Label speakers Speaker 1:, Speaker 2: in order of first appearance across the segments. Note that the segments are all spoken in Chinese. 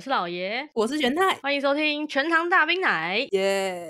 Speaker 1: 是老爷，
Speaker 2: 我是玄太，
Speaker 1: 欢迎收听全糖大冰奶。
Speaker 2: 耶、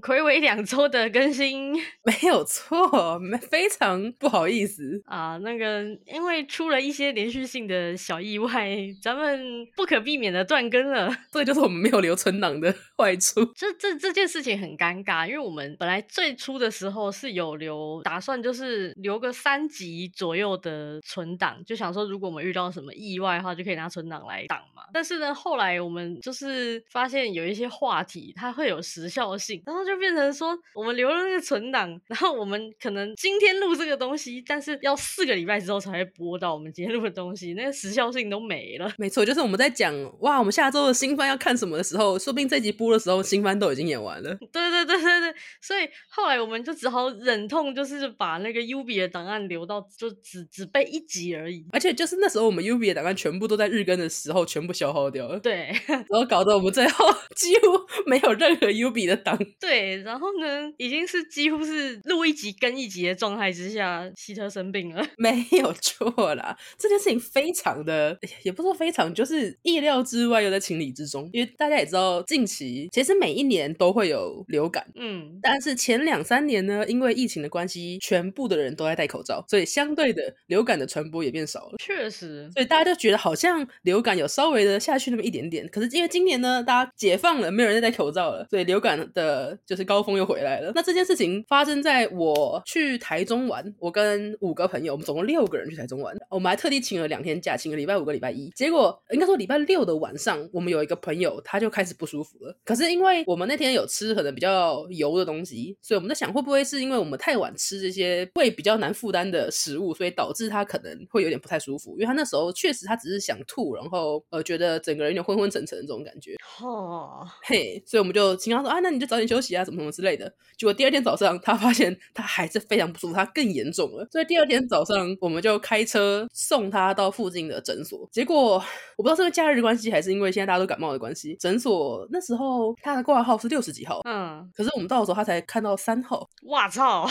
Speaker 1: 暌违两周的更新
Speaker 2: 没有错，没非常不好意思，
Speaker 1: 啊，那个因为出了一些连续性的小意外，咱们不可避免的断更了。
Speaker 2: 这就是我们没有留存档的 坏处。
Speaker 1: 这这这件事情很尴尬，因为我们本来最初的时候是有留打算，就是留个三集左右的存档，就想说如果我们遇到什么意外的话，就可以拿存档来挡嘛。但是呢，后来我们就是发现有一些话题它会有时效性，然后就变成说我们留了那个存档，然后我们可能今天录这个东西，但是要四个礼拜之后才会播到我们今天录的东西，那个时效性都没了。
Speaker 2: 没错，就是我们在讲哇，我们下周的新番要看什么的时候，说不定这集播的时候新番都已经演完了。
Speaker 1: 对对对对对，所以后来我们就只好忍痛，就是把那个 U B 的档案留到就只只备一集而已。
Speaker 2: 而且就是那时候我们 UB 的档案全部都在日更的时候全部消耗掉了，
Speaker 1: 对
Speaker 2: 然后搞得我们最后 几乎没有任何 UB 的档。
Speaker 1: 对，然后呢，已经是几乎是录一集跟一集的状态之下，希特生病了。
Speaker 2: 没有错啦，这件事情非常的，也不是说非常，就是意料之外又在情理之中。因为大家也知道，近期其实每一年都会有流感，
Speaker 1: 嗯，
Speaker 2: 但是前两三年呢，因为疫情的关系，全部的人都在戴口罩，所以相对的流感的传播也变少了。
Speaker 1: 确实，
Speaker 2: 所以大家就觉得好像流感有稍微的下去那么一点点，可是因为今年呢，大家解放了，没有人再戴口罩了，所以流感的就是高峰又回来了。那这件事情发生在我去台中玩，我跟五个朋友，我们总共六个人去台中玩，我们还特地请了两天假，请了礼拜五跟礼拜一。结果应该说礼拜六的晚上，我们有一个朋友他就开始不舒服了，可是因为我们那天有吃可能比较油的东西，所以我们在想会不会是因为我们太晚吃这些会比较难负担的食物，所以导致他可能会有点不太舒服。因为他那时候确实他只是想吐，然后呃觉得整个人有点昏昏沉沉的这种感觉，
Speaker 1: 哦，
Speaker 2: 嘿，所以我们就请他说啊，那你就早点休息啊，什么什么之类的。结果第二天早上他发现他还是非常不舒服，他更严重了。所以第二天早上我们就开车送他到附近的诊所。结果我不知道是因为假日的关系，还是因为现在大家都感冒的关系，诊所那时候他的挂号是六十几号。
Speaker 1: 嗯，
Speaker 2: 可是我们到的时候，他才看到三号，
Speaker 1: 哇操，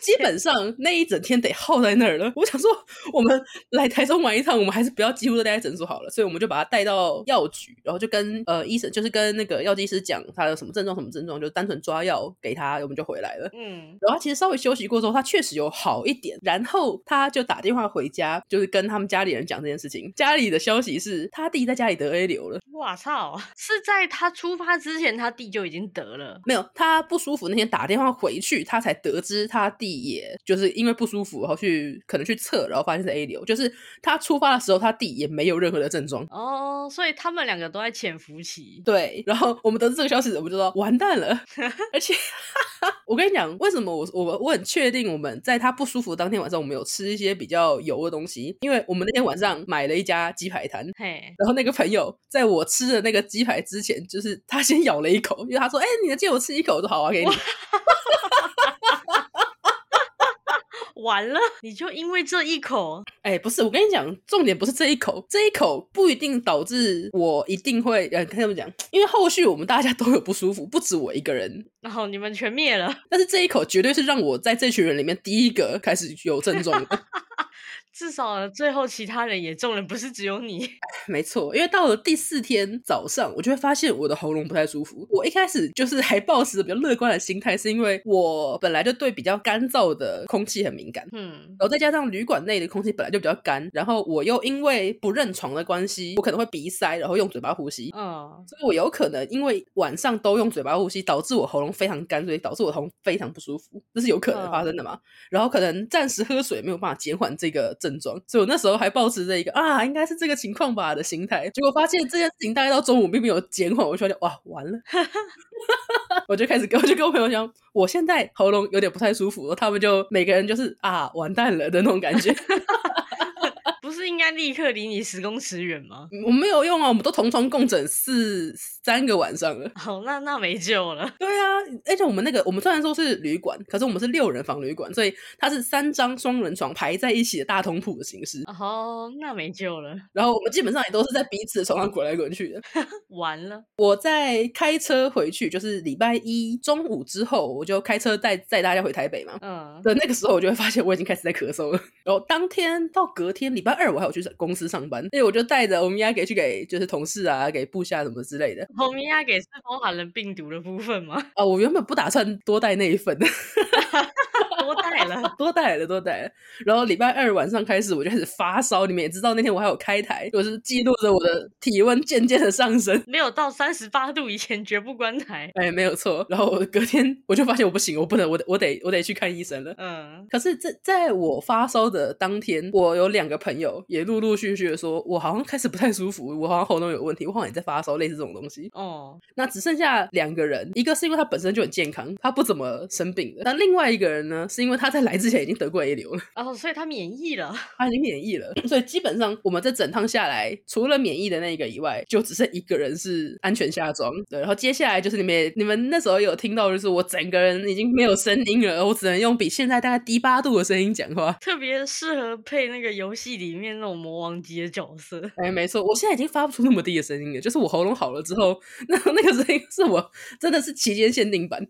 Speaker 2: 基本上那一整天得耗在那儿了。我想说，我们来台中玩一趟，我们还是不要几乎都待在诊所好了，所以我们就把他带到药局，然后就跟呃医生，就是跟那个药剂师讲他的什么症状什么症状，就单纯抓药给他，我们就回来了。
Speaker 1: 嗯，
Speaker 2: 然后他其实稍微休息过之后，他确实有好一点，然后他就打电话回家，就是跟他们家里人讲这件事情。家里的消息是他弟在家里得 A 流了，
Speaker 1: 哇操，是在他出发之前，他弟就已经得了。
Speaker 2: 没有，他不舒服那天打电话回去，他才得知他弟也就是因为不舒服，然后去可能去测，然后发现是 A 流。就是他出发的时候，他弟也没有任何的症状。
Speaker 1: 哦，所以他们两个都在潜伏期。
Speaker 2: 对，然后我们得知这个消息，我们就说完蛋了。而且 我跟你讲，为什么我我我很确定我们在他不舒服的当天晚上，我们有吃一些比较油的东西，因为我们那天晚上买了一家鸡排摊，
Speaker 1: 嘿，
Speaker 2: 然后那个朋友在我吃的那个鸡排之前，就是他先咬了一口，因为他说：“哎、你能借我吃一口？”我说：“好啊，给你。”
Speaker 1: 完了，你就因为这一口，
Speaker 2: 哎、不是，我跟你讲，重点不是这一口，这一口不一定导致我一定会，呃，跟他们讲，因为后续我们大家都有不舒服，不止我一个人，
Speaker 1: 然后你们全灭了。
Speaker 2: 但是这一口绝对是让我在这群人里面第一个开始有症状的，
Speaker 1: 至少最后其他人也中了，不是只有你。
Speaker 2: 没错，因为到了第四天早上，我就会发现我的喉咙不太舒服。我一开始就是还抱持着比较乐观的心态，是因为我本来就对比较干燥的空气很敏感，
Speaker 1: 嗯，
Speaker 2: 然后再加上旅馆内的空气本来就比较干，然后我又因为不认床的关系，我可能会鼻塞，然后用嘴巴呼吸，
Speaker 1: 嗯，
Speaker 2: 所以我有可能因为晚上都用嘴巴呼吸，导致我喉咙非常干，所以导致我喉咙非常不舒服，这是有可能发生的嘛？然后可能暂时喝水没有办法减缓这个症状，所以我那时候还保持着一个啊，应该是这个情况吧的心态，结果发现这件事情大概到中午并没有减缓，我就发现哇，完了， 我就开始跟我就跟我朋友讲，我现在喉咙有点不太舒服，然后他们就每个人就是啊，完蛋了的那种感觉。
Speaker 1: 啊不是应该立刻离你十公尺远吗？
Speaker 2: 我没有用啊，我们都同床共枕四三个晚上了。
Speaker 1: 哦，那那没救了。
Speaker 2: 对啊，而且我们那个，我们虽然说是旅馆，可是我们是六人房旅馆，所以它是三张双人床排在一起的大通铺的形式。
Speaker 1: 哦，那没救了，
Speaker 2: 然后我们基本上也都是在彼此的床上滚来滚去的。
Speaker 1: 完了。
Speaker 2: 我在开车回去，就是礼拜一中午之后，我就开车带载大家回台北嘛。
Speaker 1: 嗯，
Speaker 2: 的那个时候，我就会发现我已经开始在咳嗽了。然后当天到隔天礼拜二我还有去公司上班，所以我就带着我们家给去给就是同事啊、给部下什么之类的。
Speaker 1: 红米亚给是包含了病毒的部分吗？
Speaker 2: 啊、我原本不打算多带那一份，
Speaker 1: 多带了，
Speaker 2: 多带了，多带了。然后礼拜二晚上开始我就开始发烧，你们也知道那天我还有开台，我是记录着我的体温渐渐的上升。
Speaker 1: 没有到三十八度以前绝不关台。
Speaker 2: 哎，没有错。然后我隔天我就发现我不行，我不能，我得我得我得去看医生了。
Speaker 1: 嗯，
Speaker 2: 可是这在我发烧的当天，我有两个朋友也陆陆续续的说，我好像开始不太舒服，我好像喉咙有问题，我好像也在发烧，类似这种东西。
Speaker 1: 哦，
Speaker 2: 那只剩下两个人，一个是因为他本身就很健康，他不怎么生病的；那另外一个人呢，是因为他在来之前已经得过 A 流了，
Speaker 1: 哦，所以他免疫了。
Speaker 2: 他已经免疫了， 所以基本上我们这整趟下来，除了免疫的那个以外，就只剩一个人是安全下装。对，然后接下来就是你们也你们那时候有听到，就是我整个人已经没有声音了，我只能用比现在大概低八度的声音讲话。
Speaker 1: 特别适合配那个游戏里面那种魔王级的角色。
Speaker 2: 哎，没错，我现在已经发不出那么低的声音了。就是我喉咙好了之后， 那那个声音是我真的是期间限定版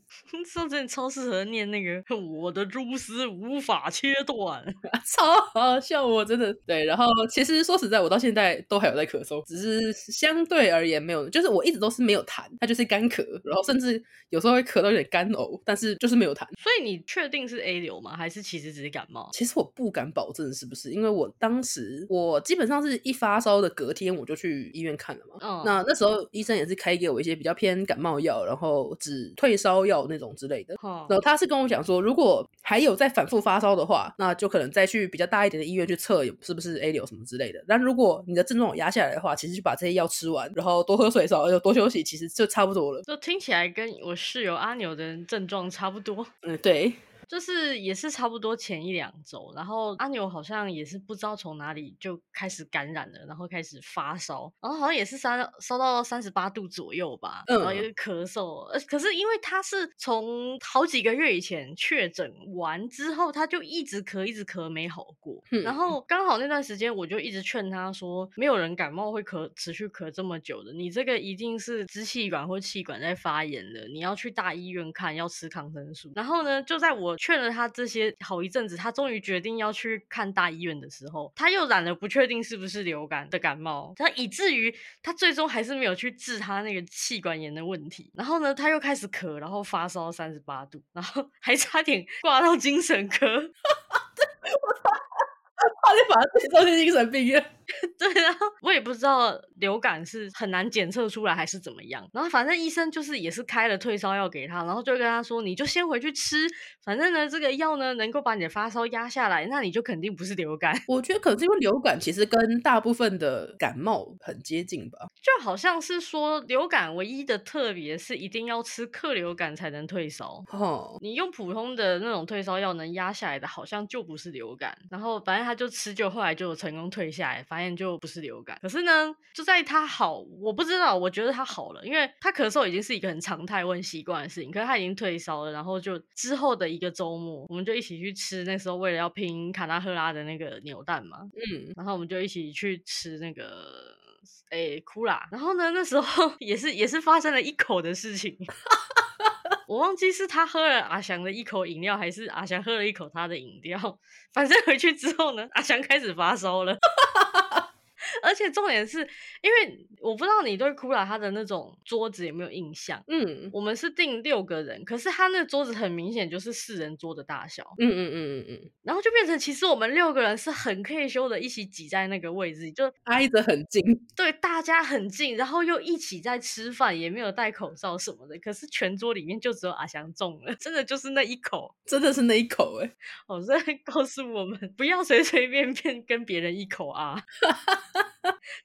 Speaker 1: 上次超适合念那个 “我的蛛丝无法切断
Speaker 2: 啊， 超好笑，我真的对。然后其实说实在，我到现在都还有在咳嗽，只是相对而言没有，就是我一直都是没有痰，它就是干咳，然后甚至有时候会咳到有点干呕，但是就是没有痰。”，
Speaker 1: 所以你确定是 A 流吗？还是其实只是感冒？
Speaker 2: 其实我不敢保证是不是，因为我当时我基本上是一发烧的隔天我就去医院看了嘛，
Speaker 1: 嗯，
Speaker 2: 那那时候医生也是开给我一些比较偏感冒药，然后止退烧药那种之类的。
Speaker 1: 哦
Speaker 2: 然后他是跟我讲说，如果还有再反复发烧的话，那就可能再去比较大一点的医院去测有是不是 A 流什么之类的。但如果你的症状有压下来的话，其实就把这些药吃完，然后多喝水少，多休息，其实就差不多了。
Speaker 1: 就听起来跟我室友阿牛的症状差不多，
Speaker 2: 嗯，对，
Speaker 1: 就是也是差不多前一两周，然后阿牛好像也是不知道从哪里就开始感染了，然后开始发烧，然后好像也是三烧到三十八度左右吧，然后
Speaker 2: 嗯
Speaker 1: 又咳嗽，呃，可是因为他是从好几个月以前确诊完之后，他就一直咳一直咳没好过，然
Speaker 2: 嗯
Speaker 1: 后刚好那段时间我就一直劝他说，没有人感冒会咳持续咳这么久的，你这个一定是支气管或气管在发炎了，你要去大医院看，要吃抗生素。然后呢，就在我劝了他这些好一阵子，他终于决定要去看大医院的时候，他又染了不确定是不是流感的感冒，他以至于他最终还是没有去治他那个气管炎的问题。然后呢，他又开始咳，然后发烧三十八度，然后 还差点挂到精神科。
Speaker 2: 他就把自己送进精神病院。
Speaker 1: 对，然后我也不知道流感是很难检测出来还是怎么样。然后反正医生就是也是开了退烧药给他，然后就跟他说，你就先回去吃，反正呢这个药呢能够把你的发烧压下来，那你就肯定不是流感。
Speaker 2: 我觉得可能是因为流感其实跟大部分的感冒很接近吧。
Speaker 1: 就好像是说流感唯一的特别是一定要吃克流感才能退烧。
Speaker 2: 哦，
Speaker 1: 你用普通的那种退烧药能压下来的，好像就不是流感。然后反正他就吃，就后来就有成功退下来，发现就不是流感。可是呢，就在他好，我不知道，我觉得他好了，因为他咳嗽已经是一个很常态、我很习惯的事情。可是他已经退烧了，然后就之后的一个周末，我们就一起去吃那时候为了要拼卡纳赫拉的那个扭蛋嘛，
Speaker 2: 嗯，
Speaker 1: 然后我们就一起去吃那个。诶，哭啦！然后呢，那时候 也是也是发生了一口的事情，我忘记是他喝了阿翔的一口饮料，还是阿翔喝了一口他的饮料。反正回去之后呢，阿翔开始发烧了。 而且重点是，因为我不知道你对库拉他的那种桌子有没有印象？
Speaker 2: 嗯，
Speaker 1: 我们是订六个人，可是他那桌子很明显就是四人桌的大小，
Speaker 2: 嗯嗯嗯嗯嗯，
Speaker 1: 然后就变成其实我们六个人是很可以修的，一起挤在那个位置，就
Speaker 2: 挨着很近。
Speaker 1: 对大家很近，然后又一起在吃饭，也没有戴口罩什么的。可是全桌里面就只有阿翔中了，真的就是那一口。
Speaker 2: 真的是那一口哎、
Speaker 1: 哦，所以告诉我们不要随随便便跟别人一口 啊，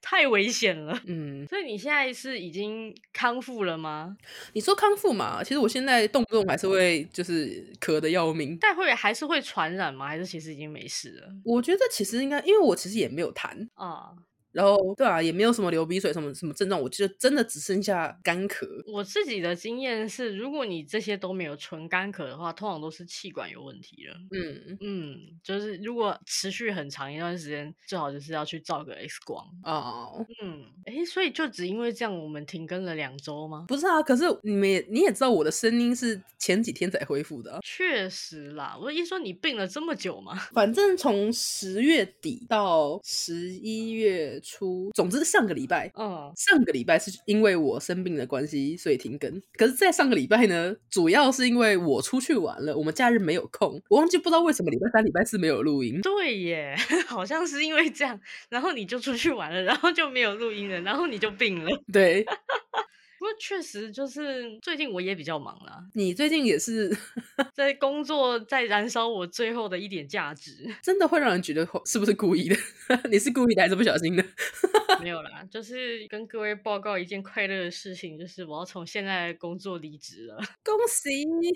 Speaker 1: 太危险了。
Speaker 2: 嗯，
Speaker 1: 所以你现在是已经康复了吗？
Speaker 2: 你说康复嘛，其实我现在动不动还是会就是咳的要命。
Speaker 1: 但会还是会传染吗？还是其实已经没事了
Speaker 2: 我觉得其实应该，因为我其实也没有痰，
Speaker 1: 啊？
Speaker 2: 然后对啊，也没有什么流鼻水什么什么症状，我记得真的只剩下干咳。
Speaker 1: 我自己的经验是，如果你这些都没有纯干咳的话，通常都是气管有问题了。
Speaker 2: 嗯
Speaker 1: 嗯，就是如果持续很长一段时间，最好就是要去照个 X 光。
Speaker 2: 哦，
Speaker 1: 嗯，诶，所以就只因为这样，我们停更了两周吗？
Speaker 2: 不是啊，可是你们也你也知道我的声音是前几天才恢复的啊、
Speaker 1: 确实啦，我一说你病了这么久嘛，
Speaker 2: 反正从十月底到十一月初，总之上个礼拜。
Speaker 1: 嗯，
Speaker 2: 上个礼拜是因为我生病的关系，所以停更。可是，在上个礼拜呢，主要是因为我出去玩了，我们假日没有空。我忘记不知道为什么礼拜三、礼拜四没有录音。
Speaker 1: 对耶， 好像是因为这样，然后你就出去玩了，然后就没有录音了，然后你就病了。
Speaker 2: 对
Speaker 1: 不过确实就是最近我也比较忙啦，
Speaker 2: 你最近也是
Speaker 1: 在工作在燃烧我最后的一点价值。
Speaker 2: 真的会让人觉得是不是故意的？ 你是故意的还是不小心的？
Speaker 1: 没有啦，就是跟各位报告一件快乐的事情，就是我要从现在的工作离职了。
Speaker 2: 恭喜！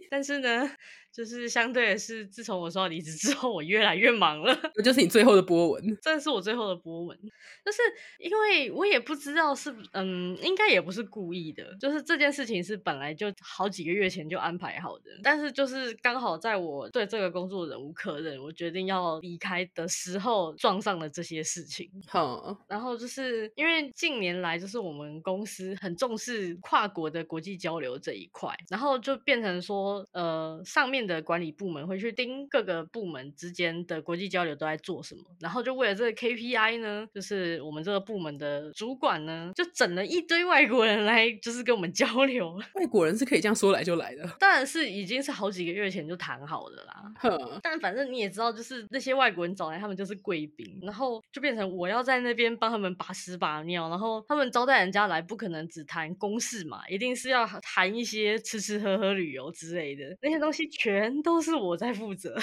Speaker 1: 但是呢，就是相对的是，自从我说要离职之后，我越来越忙了。
Speaker 2: 这就是你最后的波纹。
Speaker 1: 这是我最后的波纹，就是因为我也不知道是不嗯，应该也不是故意的，就是这件事情是本来就好几个月前就安排好的，但是就是刚好在我对这个工作忍无可忍，我决定要离开的时候撞上了这些事情。
Speaker 2: 好，
Speaker 1: 然后就是因为近年来就是我们公司很重视跨国的国际交流这一块，然后就变成说，呃，上面的管理部门会去盯各个部门之间的国际交流都在做什么，然后就为了这个 KPI 呢，就是我们这个部门的主管呢，就整了一堆外国人来，就是跟我们交流。
Speaker 2: 外国人是可以这样说来就来的。
Speaker 1: 当然是已经是好几个月前就谈好的啦，
Speaker 2: 哼，
Speaker 1: 但反正你也知道，就是那些外国人找来，他们就是贵宾，然后就变成我要在那边帮他们把屎把尿，然后他们招待人家来，不可能只谈公事嘛，一定是要谈一些吃吃喝喝、旅游之类的那些东西，全都是我在负责。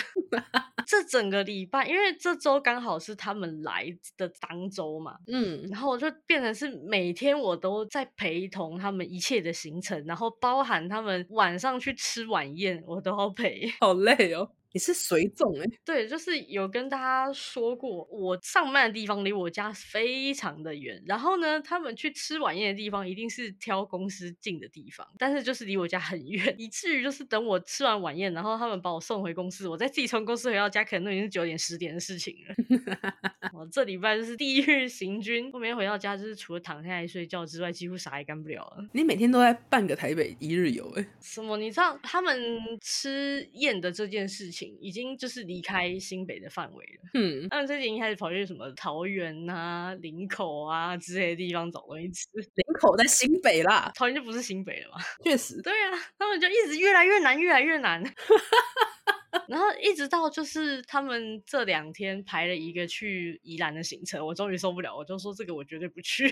Speaker 1: 这整个礼拜，因为这周刚好是他们来的当周嘛，
Speaker 2: 嗯，
Speaker 1: 然后我就变成是每天我都在陪同他们一切的行程，然后包含他们晚上去吃晚宴，我都要陪。
Speaker 2: 好累哦。你是水肿哎、
Speaker 1: 对，就是有跟大家说过，我上班的地方离我家非常的远。然后呢，他们去吃晚宴的地方一定是挑公司近的地方，但是就是离我家很远，以至于就是等我吃完晚宴，然后他们把我送回公司，我再自己从公司回到家，可能都已经是九点十点的事情了。我这礼拜就是地狱行军，后面回到家就是除了躺下来睡觉之外，几乎啥也干不了了。
Speaker 2: 你每天都在半个台北一日游哎、
Speaker 1: 什么？你知道他们吃宴的这件事情，已经就是离开新北的范围了。
Speaker 2: 嗯，
Speaker 1: 他们最近开始跑去什么桃园啊、林口啊之类的地方找东西吃，
Speaker 2: 领口在新北啦，
Speaker 1: 桃园就不是新北了嘛？
Speaker 2: 确实。
Speaker 1: 对啊，他们就一直越来越难，越来越难。 然后一直到就是他们这两天排了一个去宜兰的行程，我终于受不了，我就说这个我绝对不去。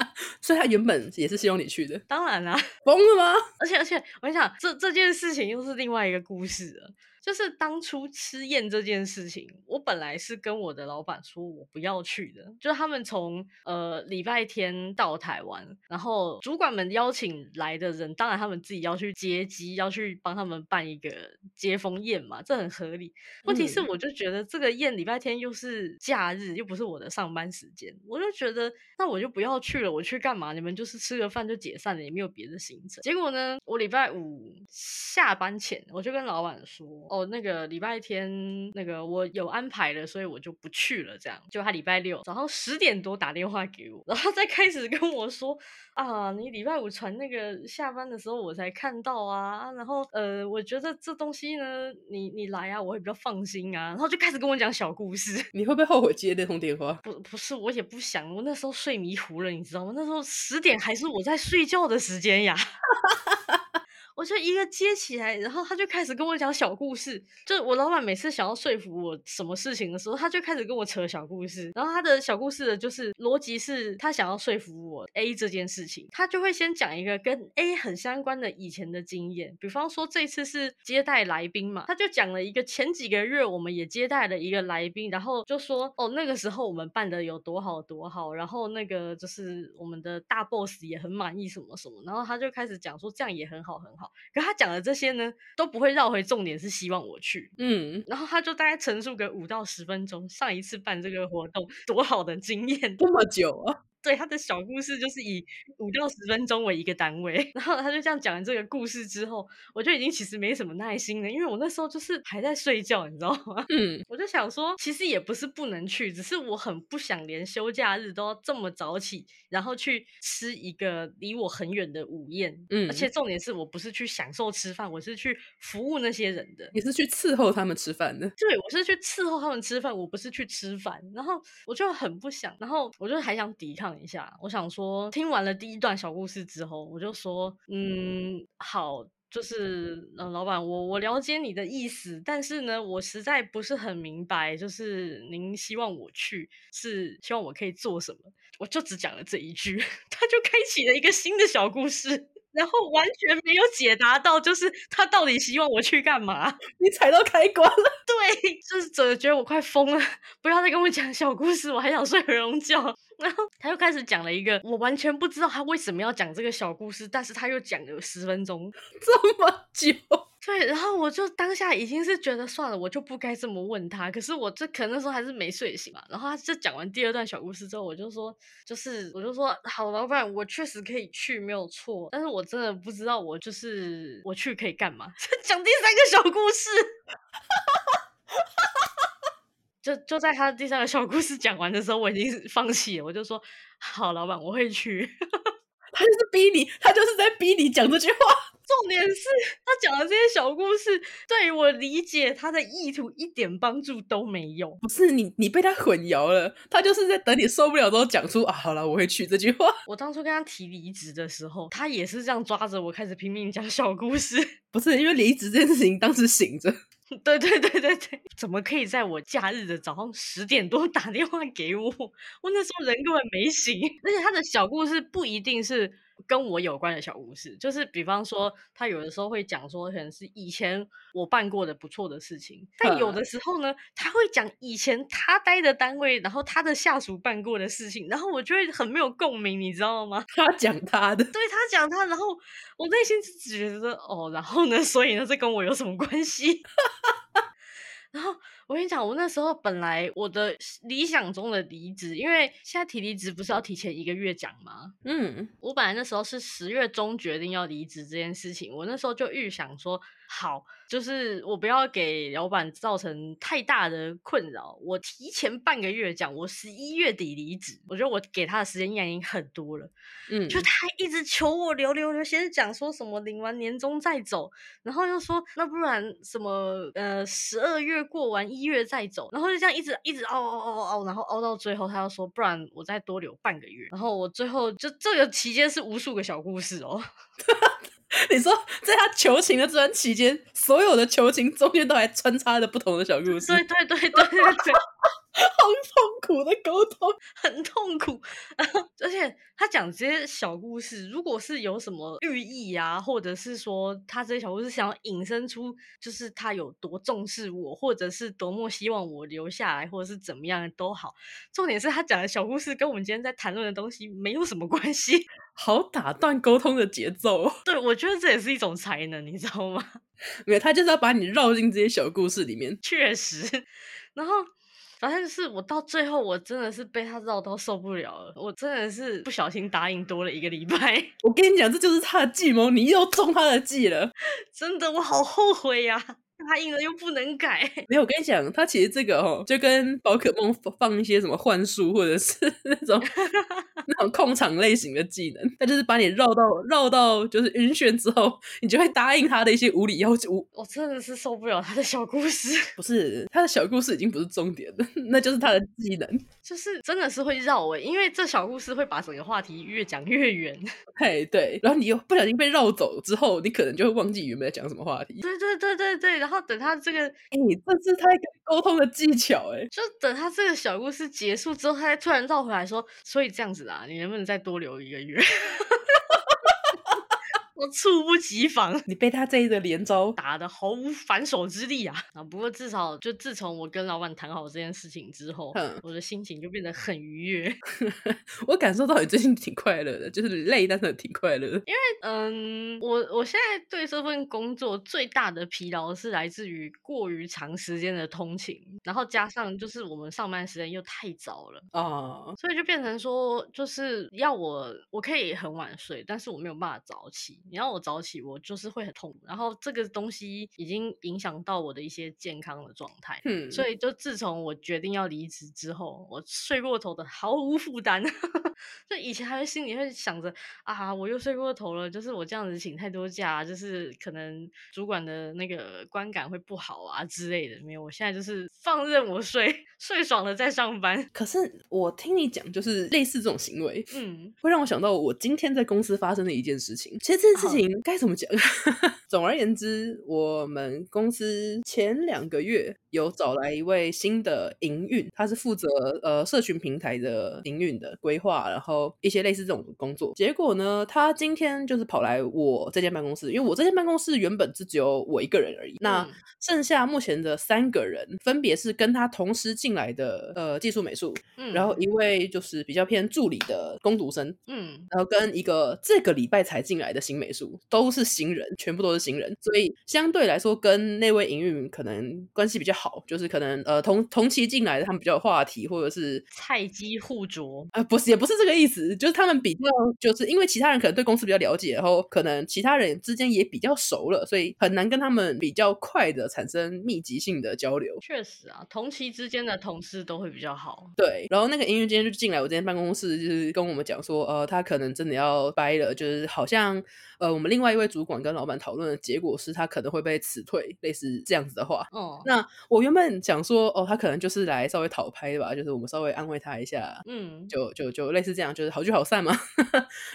Speaker 2: 所以他原本也是希望你去的，
Speaker 1: 当然啦、
Speaker 2: 疯了吗？
Speaker 1: 而且而且，我跟你讲，这这件事情又是另外一个故事了。就是当初吃宴这件事情，我本来是跟我的老板说我不要去的，就是他们从呃礼拜天到台湾，然后主管们邀请来的人，当然他们自己要去接机，要去帮他们办一个接风宴嘛，这很合理。问题是，
Speaker 2: 嗯
Speaker 1: 我就觉得这个宴礼拜天又是假日，又不是我的上班时间，我就觉得那我就不要去了，我去干嘛？你们就是吃个饭就解散了，也没有别的行程。结果呢，我礼拜五下班前，我就跟老板说，哦，那个礼拜天那个我有安排了，所以我就不去了。这样，就他礼拜六早上十点多打电话给我，然后再开始跟我说，啊，你礼拜五传那个下班的时候我才看到啊，啊然后呃，我觉得这东西呢，你你来啊，我会比较放心啊，然后就开始跟我讲小故事。
Speaker 2: 你会不会后悔接那通电话？
Speaker 1: 不不是，我也不想，我那时候睡迷糊了，你知道吗？那时候十点还是我在睡觉的时间呀。 我就一个接起来，然后他就开始跟我讲小故事。就我老板每次想要说服我什么事情的时候，他就开始跟我扯小故事。然后他的小故事的就是逻辑是他想要说服我 A 这件事情，他就会先讲一个跟 A 很相关的以前的经验。比方说这次是接待来宾嘛，他就讲了一个前几个月我们也接待了一个来宾，然后就说哦那个时候我们办的有多好多好，然后那个就是我们的大 boss 也很满意什么什么，然后他就开始讲说这样也很好很好。好。可他讲的这些呢，都不会绕回重点，是希望我去。
Speaker 2: 嗯，
Speaker 1: 然后他就大概陈述个五到十分钟，上一次办这个活动多好的经验，
Speaker 2: 这么久啊，
Speaker 1: 对他的小故事就是以五到十分钟为一个单位， 然后他就这样讲了这个故事之后，我就已经其实没什么耐心了，因为我那时候就是还在睡觉，你知道吗？
Speaker 2: 嗯，
Speaker 1: 我就想说，其实也不是不能去，只是我很不想连休假日都要这么早起，然后去吃一个离我很远的午宴。
Speaker 2: 嗯
Speaker 1: 而且重点是我不是去享受吃饭，我是去服务那些人的。
Speaker 2: 你是去伺候他们吃饭的，
Speaker 1: 对，我是去伺候他们吃饭，我不是去吃饭。然后我就很不想，然后我就还想抵抗一下。我想说，听完了第一段小故事之后，我就说，嗯，好，就是，呃，老板，我我了解你的意思，但是呢，我实在不是很明白，就是您希望我去，是希望我可以做什么？我就只讲了这一句，他就开启了一个新的小故事。然后完全没有解答到，就是他到底希望我去干嘛？
Speaker 2: 你踩到开关了，
Speaker 1: 对，就是整的觉得我快疯了，不要再跟我讲小故事，我还想睡回笼觉。 然后他又开始讲了一个我完全不知道他为什么要讲这个小故事，但是他又讲了十分钟。
Speaker 2: 这么久，
Speaker 1: 对，然后我就当下已经是觉得算了，我就不该这么问他。可是我这可能那时候还是没睡醒嘛。然后他这讲完第二段小故事之后，我就说，就是我就说，好，老板，我确实可以去，没有错，但是我真的不知道我就是我去可以干嘛。 讲第三个小故事。就就在他第三个小故事讲完的时候，我已经放弃了。我就说：“好，老板，我会去。”
Speaker 2: 他就是逼你，他就是在逼你讲这句话。
Speaker 1: 重点是他讲的这些小故事，对于我理解他的意图一点帮助都没有。
Speaker 2: 不是你，你被他混淆了。他就是在等你受不了之后讲出啊，好了，我会去这句话。
Speaker 1: 我当初跟他提离职的时候，他也是这样抓着我开始拼命讲小故事。
Speaker 2: 不是因为离职这件事情，当时醒着，
Speaker 1: 对对对对对，怎么可以在我假日的早上十点多打电话给我？我那时候人根本没醒，而且他的小故事不一定是跟我有关的小故事，就是比方说，他有的时候会讲说，可能是以前我办过的不错的事情，但有的时候呢，他会讲以前他待的单位，然后他的下属办过的事情，然后我就会很没有共鸣，你知道吗？
Speaker 2: 他讲他的，
Speaker 1: 对他讲他，然后我内心就只觉得哦，然后呢， 所以呢，这跟我有什么关系？ 然后我跟你讲，我那时候本来我的理想中的离职，因为现在提离职不是要提前一个月讲吗？
Speaker 2: 嗯，
Speaker 1: 我本来那时候是十月中决定要离职这件事情，我那时候就预想说，好，就是我不要给老板造成太大的困扰，我提前半个月讲，我十一月底离职，我觉得我给他的时间压力已经很多了。
Speaker 2: 嗯，
Speaker 1: 就他一直求我留留留，先是讲说什么领完年终再走，然后又说那不然什么呃十二月过完一月再走，然后就这样一直一直熬熬熬熬，然后熬到最后他又说不然我再多留半个月，然后我最后就这个期间是无数个小故事哦，
Speaker 2: 你说在他求情的这段期间，所有的求情中间都还穿插着不同的小故事，
Speaker 1: 对对对对对对，
Speaker 2: 好痛苦的沟通。
Speaker 1: 很痛苦。 然后，而且他讲这些小故事，如果是有什么寓意啊，或者是说他这些小故事想要引申出，就是他有多重视我，或者是多么希望我留下来，或者是怎么样都好。重点是他讲的小故事跟我们今天在谈论的东西没有什么关系。
Speaker 2: 好打断沟通的节奏、哦，
Speaker 1: 对，我觉得这也是一种才能，你知道吗？
Speaker 2: 没有，他就是要把你绕进这些小故事里面。
Speaker 1: 确实，然后反正就是我到最后，我真的是被他绕到受不了了，我真的是不小心答应多了一个礼拜。
Speaker 2: 我跟你讲，这就是他的计谋，你又中他的计了。
Speaker 1: 真的，我好后悔呀、答应了又不能改，
Speaker 2: 没有，我跟你讲，他其实这个哦，就跟宝可梦放放一些什么幻术，或者是那种那种控场类型的技能，他就是把你绕到绕到就是晕眩之后，你就会答应他的一些无理要求。无
Speaker 1: 我真的是受不了他的小故事，
Speaker 2: 不是他的小故事已经不是重点了， 那就是他的技能
Speaker 1: 就是真的是会绕诶、因为这小故事会把整个话题越讲越远。
Speaker 2: 嘿，对，然后你又不小心被绕走之后，你可能就会忘记原本在讲什么话题。
Speaker 1: 对对对对对，然后等他这个，
Speaker 2: 哎、这是他一个沟通的技巧、哎，
Speaker 1: 就等他这个小故事结束之后，他再突然绕回来说，所以这样子啊，你能不能再多留一个月？ 我猝不及防。
Speaker 2: 你被他这一个连招，
Speaker 1: 打的毫无反手之力啊！啊，不过至少就自从我跟老板谈好这件事情之后，
Speaker 2: 嗯
Speaker 1: 我的心情就变得很愉悦。
Speaker 2: 我感受到你最近挺快乐的，就是累，但是挺快乐的。
Speaker 1: 嗯，我我现在对这份工作最大的疲劳是来自于过于长时间的通勤，然后加上就是我们上班时间又太早了，
Speaker 2: 哦，
Speaker 1: 所以就变成说，就是要我我可以很晚睡，但是我没有办法早起。你要我早起，我就是会很痛苦。然后这个东西已经影响到我的一些健康的状态。
Speaker 2: 嗯，
Speaker 1: 所以就自从我决定要离职之后，我睡过头的毫无负担。 就以前还会心里会想着啊，我又睡过头了，就是我这样子请太多假，就是可能主管的那个观感会不好啊之类的。没有，我现在就是放任我睡， 睡爽了再上班。
Speaker 2: 可是我听你讲，就是类似这种行为，
Speaker 1: 嗯，
Speaker 2: 会让我想到我今天在公司发生的一件事情。其实这件事情该怎么讲？ 总而言之，我们公司前两个月有找来一位新的营运，他是负责呃社群平台的营运的规划，然后一些类似这种工作。结果呢，他今天就是跑来我这间办公室，因为我这间办公室原本是只有我一个人而已。那、
Speaker 1: 嗯
Speaker 2: 剩下目前的三个人，分别是跟他同时进来的呃技术美术，
Speaker 1: 嗯，
Speaker 2: 然后一位就是比较偏助理的攻读生，
Speaker 1: 嗯
Speaker 2: 然后跟一个这个礼拜才进来的新美术，都是新人，全部都是新人，所以相对来说跟那位营运可能关系比较好，就是可能呃同同期进来的他们比较有话题，或者是
Speaker 1: 菜鸡互啄。
Speaker 2: 呃，不是，也不是这个意思，就是他们比较，就是因为其他人可能对公司比较了解，然后可能其他人之间也比较熟了，所以很难跟他们比较快的产生密集性的交流。
Speaker 1: 确实啊，同期之间的同事都会比较好。
Speaker 2: 对，然后那个音乐今天就进来我这间办公室，就是跟我们讲说，呃，他可能真的要掰了，就是好像呃，我们另外一位主管跟老板讨论的结果是他可能会被辞退，类似这样子的话。
Speaker 1: 哦，
Speaker 2: 那我原本想说，哦，他可能就是来稍微讨拍吧，就是我们稍微安慰他一下，
Speaker 1: 嗯，
Speaker 2: 就就就类似这样，就是好聚好散嘛。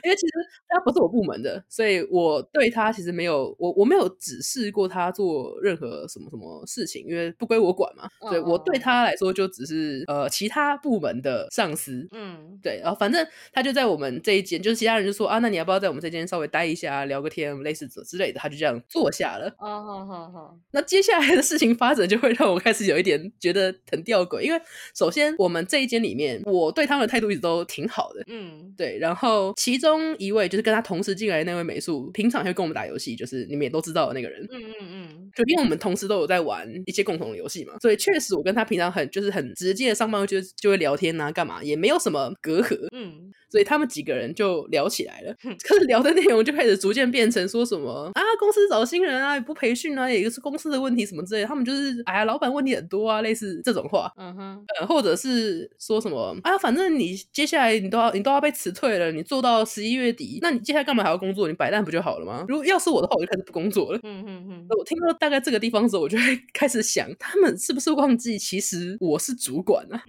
Speaker 2: 因为其实他不是我部门的，所以我对他其实没有我我没有指示过他做任何什么什么事情，因为不归我管嘛。所以我
Speaker 1: 嗯
Speaker 2: 对
Speaker 1: 嗯嗯
Speaker 2: 他来说就只是呃其他部门的上司。
Speaker 1: 嗯
Speaker 2: 对，然后反正他就在我们这一间，就是其他人就说啊，那你要不要在我们这间稍微待一下，聊个天，类似之之类的，他就这样坐下了。
Speaker 1: 哦，好好好，
Speaker 2: 那接下来的事情发展就会让我开始有一点觉得很吊诡，因为首先我们这一间里面，我对他们的态度一直都挺好的，
Speaker 1: 嗯
Speaker 2: 对，然后其中一位就是跟他同时进来的那位美术，平常也会跟我们打游戏，就是你们也都知道的那个人。
Speaker 1: 嗯嗯
Speaker 2: 就因为我们同时都有在玩一些共同的游戏嘛，所以确实我跟他平常很就是很直接的上班就就会聊天呐、啊干嘛也没有什么隔阂，
Speaker 1: 嗯
Speaker 2: 所以他们几个人就聊起来了
Speaker 1: 哼。
Speaker 2: 可是聊的内容就开始逐渐变成说什么啊，公司找新人啊，也不培训啊，也是公司的问题什么之类的。他们就是哎呀，老板问题很多啊，类似这种话。
Speaker 1: 嗯哼，
Speaker 2: 呃，或者是说什么啊，反正你接下来你都要你都要被辞退了，你做到十一月底，那你接下来干嘛还要工作？你摆烂不就好了吗？如果要是我的话，我就开始不工作了。
Speaker 1: 嗯嗯嗯
Speaker 2: 那，我听到大概这个地方的时候，我就会 开始想，他们是不是忘记其实我是主管啊？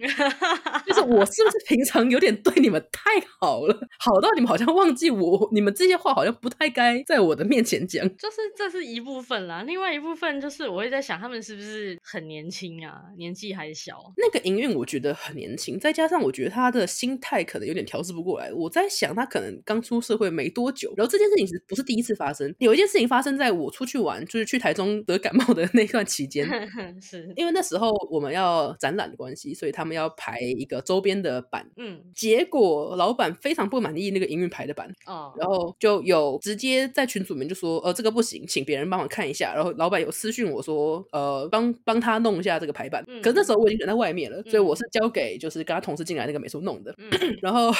Speaker 2: 就是我是不是平常有点对你们太好了，好到你们好像忘记我，你们这些话好像不太该在我的面前讲。
Speaker 1: 就是这是一部分啦，另外一部分就是我会在想他们是不是很年轻啊，年纪还小。，
Speaker 2: 那个营运我觉得很年轻，再加上我觉得他的心态可能有点调试不过来。我在想，他可能刚出社会没多久，然后这件事情其实不是第一次发生。有一件事情发生在我出去玩，就是去台中得感冒的那段期间
Speaker 1: 是，
Speaker 2: 因为那时候我们要展览的关系，所以他们要排一个周边的版。
Speaker 1: 嗯
Speaker 2: 结果老板非常不满意那个营运排的版，
Speaker 1: 哦，
Speaker 2: 然后就有直接在群组里面就说，呃，这个不行，请别人帮我看一下。然后老板有私讯我说，呃，帮帮他弄一下这个排版。
Speaker 1: 嗯
Speaker 2: 可是那时候我已经人在外面了，所以
Speaker 1: 嗯
Speaker 2: 我是交给就是跟他同事进来那个美术弄的。
Speaker 1: 嗯
Speaker 2: 然后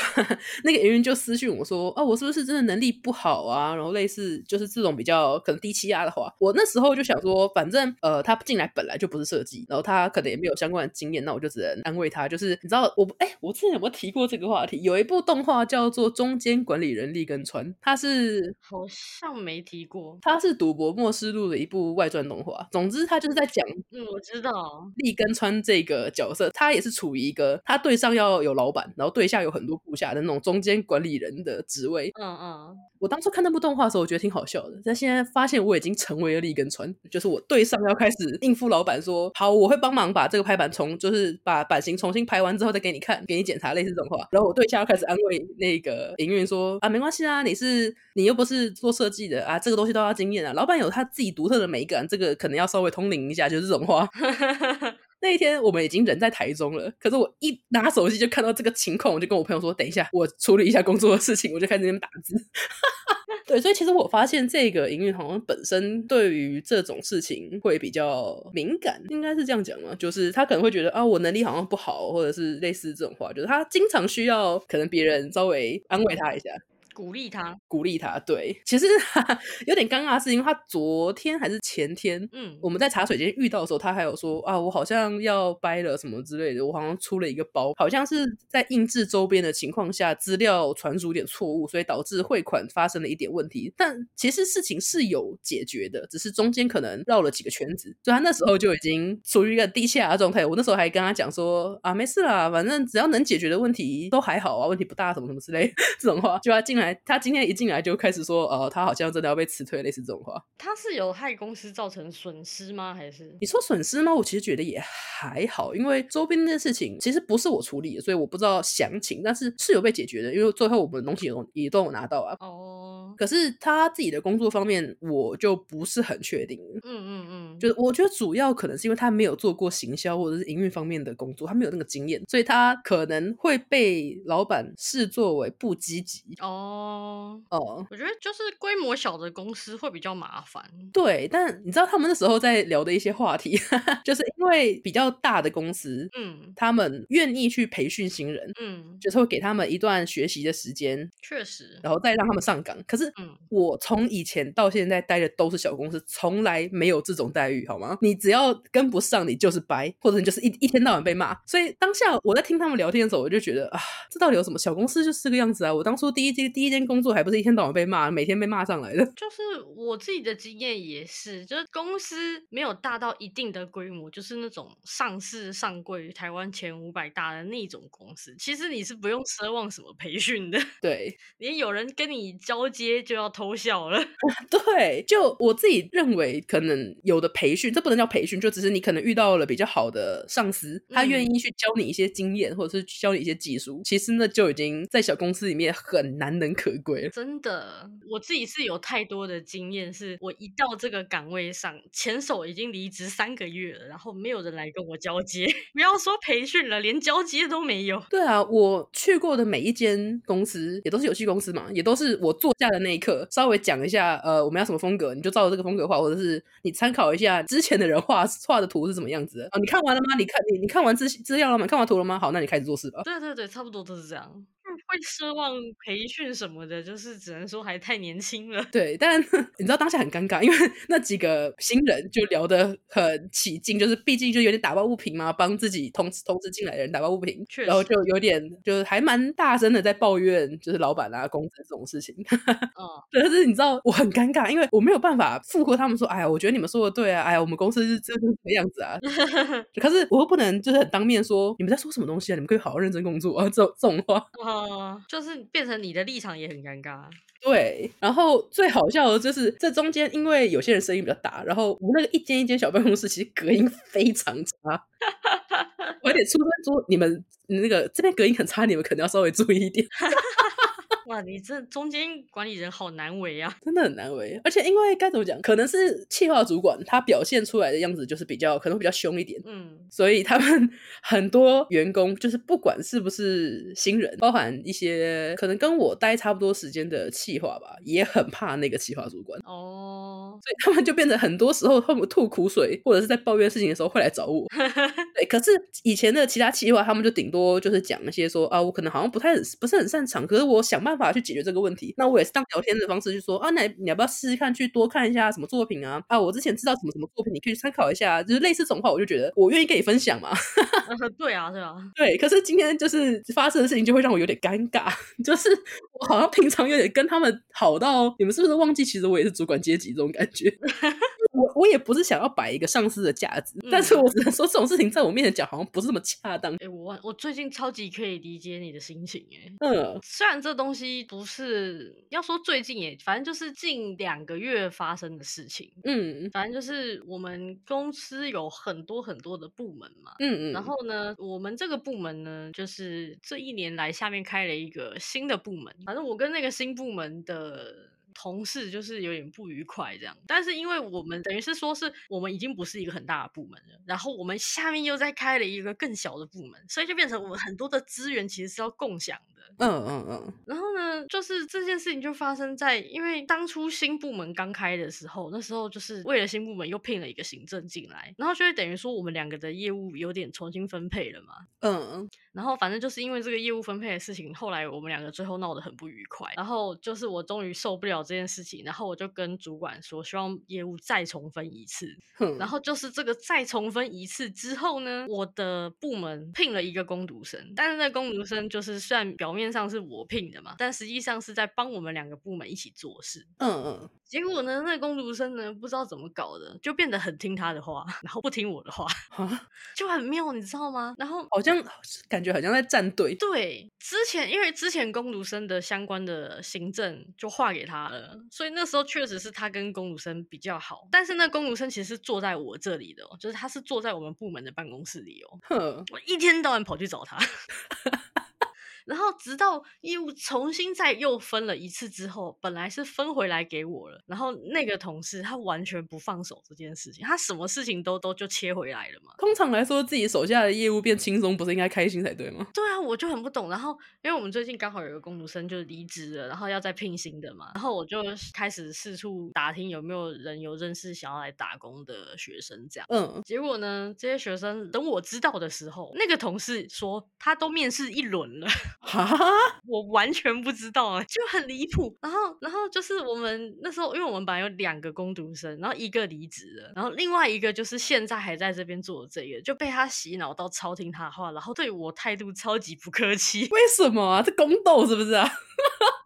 Speaker 2: 那个云云就私讯我说，啊，我是不是真的能力不好啊？然后类似就是这种比较可能低气压的话，我那时候就想说，反正呃，他进来本来就不是设计，然后他可能也没有相关的经验，那我就只能安慰他。就是你知道我哎、我之前有没有提过这个话题？有一部动画叫做《中间管理人力跟川》，它是
Speaker 1: 好像没提过。
Speaker 2: 它是《赌博默示录》的一部外传动画。总之，它就是在讲
Speaker 1: 嗯，我知道。
Speaker 2: 立根川这个角色，他也是处于一个他对上要有老板，然后对下有很多部下的那种中间管理人的职位。
Speaker 1: 嗯嗯
Speaker 2: 我当初看那部动画的时候，我觉得挺好笑的，但现在发现我已经成为了立根川，就是我对上要开始应付老板说，好，我会帮忙把这个拍板重，就是把版型重新拍完之后再给你看，给你检查，类似这种话。然后我对下要开始安慰那个营运说，啊，没关系啊，你是你又不是做设计的啊，这个东西都要经验啊。老板有他自己独特的美感，这个可能要稍微通灵一下，就是这种话。
Speaker 1: 嗯
Speaker 2: 那一天我们已经人在台中了，可是我一拿手机就看到这个情况，我就跟我朋友说：“等一下，我处理一下工作的事情。”我就开始那边打字。 对，所以其实我发现这个营运好像本身对于这种事情会比较敏感，应该是这样讲嘛，就是他可能会觉得啊，我能力好像不好，或者是类似这种话，就是他经常需要可能别人稍微安慰他一下。
Speaker 1: 鼓励他，
Speaker 2: 鼓励他，对，其实 有点尴尬，的是因为他昨天还是前天，
Speaker 1: 嗯，
Speaker 2: 我们在茶水间遇到的时候，他还有说啊，我好像要掰了什么之类的，我好像出了一个包，好像是在印制周边的情况下，资料传输有点错误，所以导致汇款发生了一点问题。但其实事情是有解决的，只是中间可能绕了几个圈子，所以他那时候就已经处于一个低下的状态。我那时候还跟他讲说啊，没事啦，反正只要能解决的问题都还好啊，问题不大，什么什么之类 这种话。就他进来，他今天一进来就开始说，呃，他好像真的要被辞退，类似这种话。
Speaker 1: 他是有害公司造成损失吗？还是
Speaker 2: 你说损失吗？我其实觉得也还好，因为周边那件事情其实不是我处理的，所以我不知道详情，但是是有被解决的，因为最后我们东西有也都有拿到啊。
Speaker 1: 哦，
Speaker 2: 可是他自己的工作方面，我就不是很确定了。
Speaker 1: 嗯嗯嗯，
Speaker 2: 就是我觉得主要可能是因为他没有做过行销或者是营运方面的工作，他没有那个经验，所以他可能会被老板视作为不积极。
Speaker 1: 哦，
Speaker 2: 哦、
Speaker 1: 我觉得就是规模小的公司会比较麻烦。
Speaker 2: 对，但你知道他们那时候在聊的一些话题， 就是因为比较大的公司，
Speaker 1: 嗯
Speaker 2: 他们愿意去培训新人，
Speaker 1: 嗯，
Speaker 2: 就是会给他们一段学习的时间，
Speaker 1: 确实，
Speaker 2: 然后再让他们上岗。可是
Speaker 1: 嗯
Speaker 2: 我从以前到现在待的都是小公司，从来没有这种待遇，好吗？你只要跟不上，你就是白，或者你就是一一天到晚被骂。所以当下我在听他们聊天的时候，我就觉得啊，这到底有什么？小公司就是这个样子啊！我当初第一第一间工作还不是一天到晚被骂，每天被骂上来的。
Speaker 1: 就是我自己的经验也是，就是公司没有大到一定的规模，就是那种上市上柜台湾前五百大的那种公司，其实你是不用奢望什么培训的，
Speaker 2: 对，
Speaker 1: 连有人跟你交接就要偷笑了。
Speaker 2: 对，就我自己认为，可能有的培训，这不能叫培训，就只是你可能遇到了比较好的上司，他愿
Speaker 1: 嗯
Speaker 2: 意去教你一些经验，或者是教你一些技术，其实那就已经在小公司里面很难能可贵了。
Speaker 1: 真的，我自己是有太多的经验，是我一到这个岗位上，前手已经离职三个月了，然后没有人来跟我交接， 不要说培训了，连交接都没有。
Speaker 2: 对啊，我去过的每一间公司，也都是游戏公司嘛，也都是我坐下的那一刻，稍微讲一下，呃，我们要什么风格，你就照着这个风格画，或者是你参考一下之前的人画画的图是什么样子的啊。你看完了吗？你看你你看完资资料了吗？你看完图了吗？好，那你开始做事吧。
Speaker 1: 对对对，差不多都是这样。嗯会奢望培训什么的，就是只能说还太年轻了。
Speaker 2: 对，但 你知道当下很尴尬，因为那几个新人就聊得很起劲，就是毕竟就有点打抱不平嘛，帮自己同同时进来的人打抱不平，
Speaker 1: 确
Speaker 2: 然后
Speaker 1: 实
Speaker 2: 就有点就是还蛮大声的在抱怨，就是老板啊、工资这种事情。
Speaker 1: 嗯，
Speaker 2: 对但是你知道我很尴尬，因为我没有办法附和他们说，哎呀，我觉得你们说的对啊，哎呀，我们公司是这就是这个样子 啊。可是我又不能就是很当面说你们在说什么东西啊，你们可以好好认真工作啊，这种这种话。
Speaker 1: 哦，就是变成你的立场也很尴尬。
Speaker 2: 对，然后最好笑的就是这中间，因为有些人声音比较大，然后我们那个一间一间小办公室其实隔音非常差，我有点出声说你们你那个这边隔音很差，你们可能要稍微注意一点，
Speaker 1: 哇，你这中间管理人好难为啊！
Speaker 2: 真的很难为。而且因为该怎么讲，可能是企划主管他表现出来的样子就是比较可能会比较凶一点，
Speaker 1: 嗯，
Speaker 2: 所以他们 很多员工，就是不管是不是新人，包含一些可能跟我待差不多时间的企划吧，也很怕那个企划主管，
Speaker 1: 哦，
Speaker 2: 所以他们就变成很多时候他们吐苦水或者是在抱怨事情的时候会来找我。对，可是以前的其他企划，他们就顶多就是讲一些说啊，我可能好像不太不是很擅长，可是我想办法去解决这个问题。那我也是当聊天的方式去说啊，那你要不要试试看去多看一下什么作品啊？啊，我之前知道什么什么作品，你可以去参考一下啊，就是类似这种话，我就觉得我愿意跟你分享嘛。
Speaker 1: 对啊，对啊，
Speaker 2: 对，可是今天就是发生的事情就会让我有点尴尬， 就是我好像平常有点跟他们好到，你们是不是忘记其实我也是主管阶级这种感 觉？我我也不是想要摆一个上司的架子，但是
Speaker 1: 嗯
Speaker 2: 我只能说这种事情在我面前讲好像不是那么恰当。
Speaker 1: 哎、我我最近超级可以理解你的心情哎、
Speaker 2: 嗯，
Speaker 1: 虽然这东西不是要说最近也，反正就是近两个月发生的事情。
Speaker 2: 嗯
Speaker 1: 反正就是我们公司有很多很多的部门嘛，
Speaker 2: 嗯嗯，
Speaker 1: 然后呢，我们这个部门呢，就是这一年来下面开了一个新的部门。反正我跟那个新部门的同事就是有点不愉快这样。但是因为我们等于是说是我们已经不是一个很大的部门了，然后我们下面又再开了一个更小的部门，所以就变成我们很多的资源其实是要共享的。
Speaker 2: 嗯嗯嗯，
Speaker 1: 然后呢，就是这件事情就发生在，因为当初新部门刚开的时候，那时候就是为了新部门又聘了一个行政进来，然后就会等于说我们两个的业务有点重新分配了嘛。
Speaker 2: 嗯
Speaker 1: 然后反正就是因为这个业务分配的事情，后来我们两个最后闹得很不愉快。然后就是我终于受不了这件事情，然后我就跟主管说，希望业务再重分一次。
Speaker 2: 哼，
Speaker 1: 然后就是这个再重分一次之后呢，我的部门聘了一个工读生，但是那工读生就是虽然表面上是我聘的嘛，但实际上是在帮我们两个部门一起做事。
Speaker 2: 嗯嗯，
Speaker 1: 结果呢，那个工读生呢，不知道怎么搞的，就变得很听他的话，然后不听我的话，
Speaker 2: 哈，
Speaker 1: 就很妙，你知道吗？然后
Speaker 2: 嗯好像感觉好像在站队。
Speaker 1: 对，之前因为之前工读生的相关的行政就划给他了，所以那时候确实是他跟工读生比较好。但是那工读生其实是坐在我这里的、哦，就是他是坐在我们部门的办公室里哦。
Speaker 2: 哼，
Speaker 1: 我一天到晚跑去找他， 然后直到业务重新再又分了一次之后，本来是分回来给我了，然后那个同事他完全不放手这件事情，他什么事情都都就切回来了嘛。
Speaker 2: 通常来说，自己手下的业务变轻松，不是应该开心才对吗？
Speaker 1: 对啊，我就很不懂。然后，因为我们最近刚好有一个工读生就离职了，然后要再聘新的嘛，然后我就开始四处打听有没有人有认识想要来打工的学生这样。
Speaker 2: 嗯，
Speaker 1: 结果呢，这些学生等我知道的时候，那个同事说他都面试一轮了，
Speaker 2: 哈，
Speaker 1: 我完全不知道、欸，就很离谱。然后，然后就是我们那时候，因为我们本来有两个工读生，然后一个离职了，然后另外一个就是现在还在这边做的这个，就被他洗脑到超听他的话，然后对我态度超级不客气。
Speaker 2: 为什么啊？这宫斗是不是啊？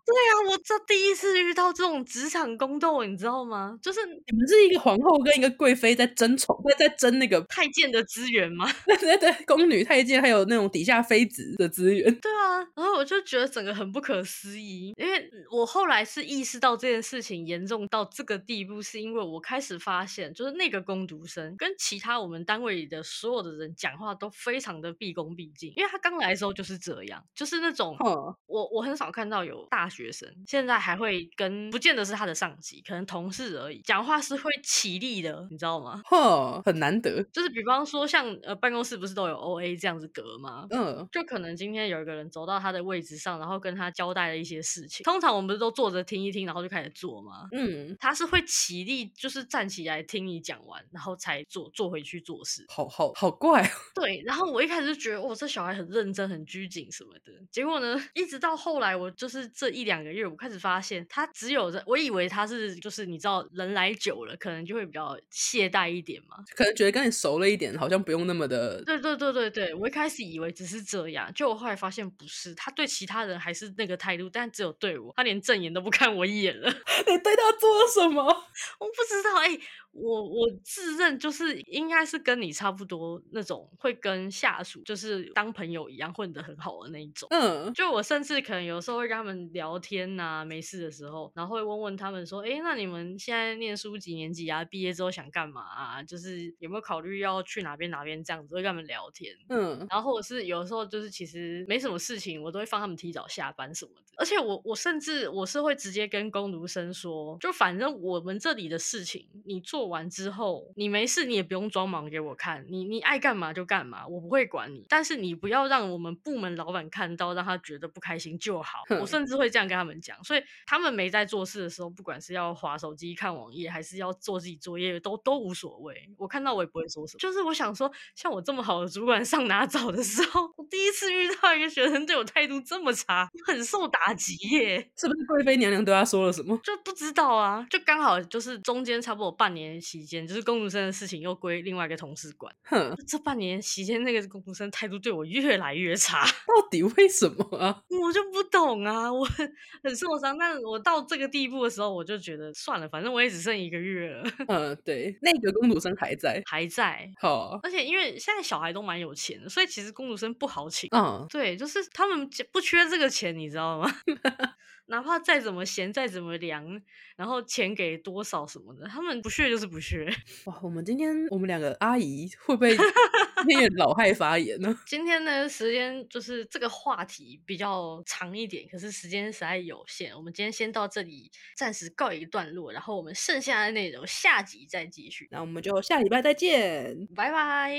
Speaker 1: 对啊，我这第一次遇到这种职场宫斗，你知道吗？就是
Speaker 2: 你们是一个皇后跟一个贵妃在争宠，在在争那个
Speaker 1: 太监的资源吗？
Speaker 2: 对对对，宫女、太监还有那种底下妃子的资源。
Speaker 1: 对啊，然后我就觉得整个很不可思议，因为我后来是意识到这件事情严重到这个地步，是因为我开始发现，就是那个工读生跟其他我们单位里的所有的人讲话都非常的毕恭毕敬，因为他刚来的时候就是这样，就是那种
Speaker 2: 哦，
Speaker 1: 我我很少看到有大学生现在还会跟，不见得是他的上级，可能同事而已，讲话是会起立的，你知道吗？
Speaker 2: 哼，很难得。
Speaker 1: 就是比方说像呃办公室不是都有 O A 这样子隔吗？
Speaker 2: 嗯，
Speaker 1: 就可能今天有一个人走到他的位置上，然后跟他交代了一些事情。通常我们不是都坐着听一听，然后就开始做吗？
Speaker 2: 嗯，
Speaker 1: 他是会起立，就是站起来听你讲完，然后才坐坐回去做事。
Speaker 2: 好好好怪、哦。
Speaker 1: 对，然后我一开始就觉得，哇，这小孩很认真、很拘谨什么的。结果呢，一直到后来，我就是这一两个月，我开始发现他只有在，我以为他是就是你知道，人来久了，可能就会比较懈怠一点嘛。
Speaker 2: 可能觉得跟你熟了一点，好像不用那么的。
Speaker 1: 对对对对对，我一开始以为只是这样，就我后来发现不是，他对其他人还是那个态度，但只有对我，他连正眼都不看我一眼了。
Speaker 2: 你对他做了什么？
Speaker 1: 我不知道，哎、我我自认就是应该是跟你差不多那种，会跟下属就是当朋友一样混得很好的那一种。
Speaker 2: 嗯，
Speaker 1: 就我甚至可能有时候会跟他们聊天呐、没事的时候，然后会问问他们说，哎，那你们现在念书几年级啊？毕业之后想干嘛啊？就是有没有考虑要去哪边哪边这样子，会跟他们聊天。
Speaker 2: 嗯，
Speaker 1: 然后或者是有时候就是其实没什么事情，我都会放他们提早下班什么的。而且我我甚至我是会直接跟工读生说，就反正我们这里的事情你做完之后，你没事你也不用装忙给我看，你你爱干嘛就干嘛，我不会管你。但是你不要让我们部门老板看到，让他觉得不开心就好。我
Speaker 2: 哼
Speaker 1: 甚至会这样跟他们讲，所以他们没在做事的时候，不管是要划手机、看网页，还是要做自己作业，都都无所谓。我看到我也不会说什么。就是我想说，像我这么好的主管上哪找的时候，我第一次遇到一个学生对我态度这么差，我很受打击耶。
Speaker 2: 是不是贵妃娘娘对他说了什么？
Speaker 1: 就不知道啊，就刚好就是中间差不多半年期间，就是公读生的事情又归另外一个同事管。
Speaker 2: 哼，
Speaker 1: 这半年期间，那个公读生态度对我越来越差。
Speaker 2: 到底为什么啊？
Speaker 1: 我就不懂啊，我很很受伤。但我到这个地步的时候，我就觉得算了，反正我也只剩一个月了，
Speaker 2: 嗯，对，那个公主生还在。
Speaker 1: 还在。
Speaker 2: 好，
Speaker 1: 而且因为现在小孩都蛮有钱的，所以其实公主生不好请。
Speaker 2: 嗯，
Speaker 1: 对，就是他们就不缺这个钱，你知道吗？ 哪怕再怎么闲，再怎么凉，然后钱给多少什么的，他们不屑就就是不屑。
Speaker 2: 哇，我们今天我们两个阿姨会 不会今天也老害发言呢？
Speaker 1: 今天呢，时间就是这个话题比较长一点，可是时间实在有限，我们今天先到这里，暂时告一段落，然后我们剩下的内容下集再继续，
Speaker 2: 那我们就下礼拜再见。
Speaker 1: 拜拜。